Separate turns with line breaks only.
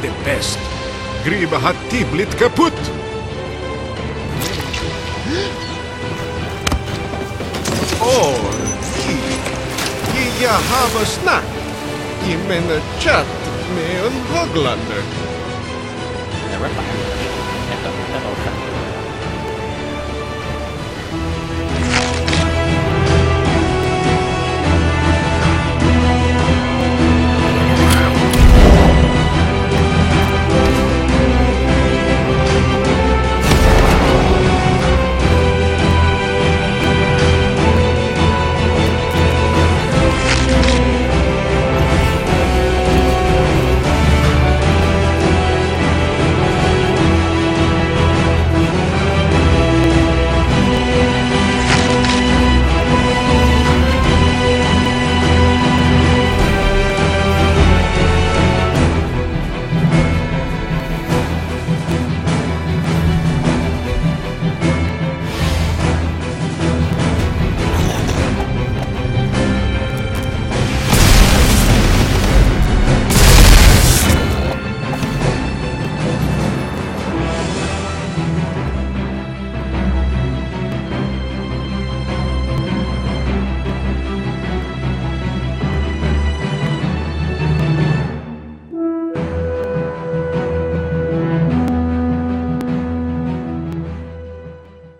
the best. Gribahat Tiblit kaput! Or ki, ki ja hava snack. Imena chat me on Hoglander.
Never mind. Eto, eto, eto.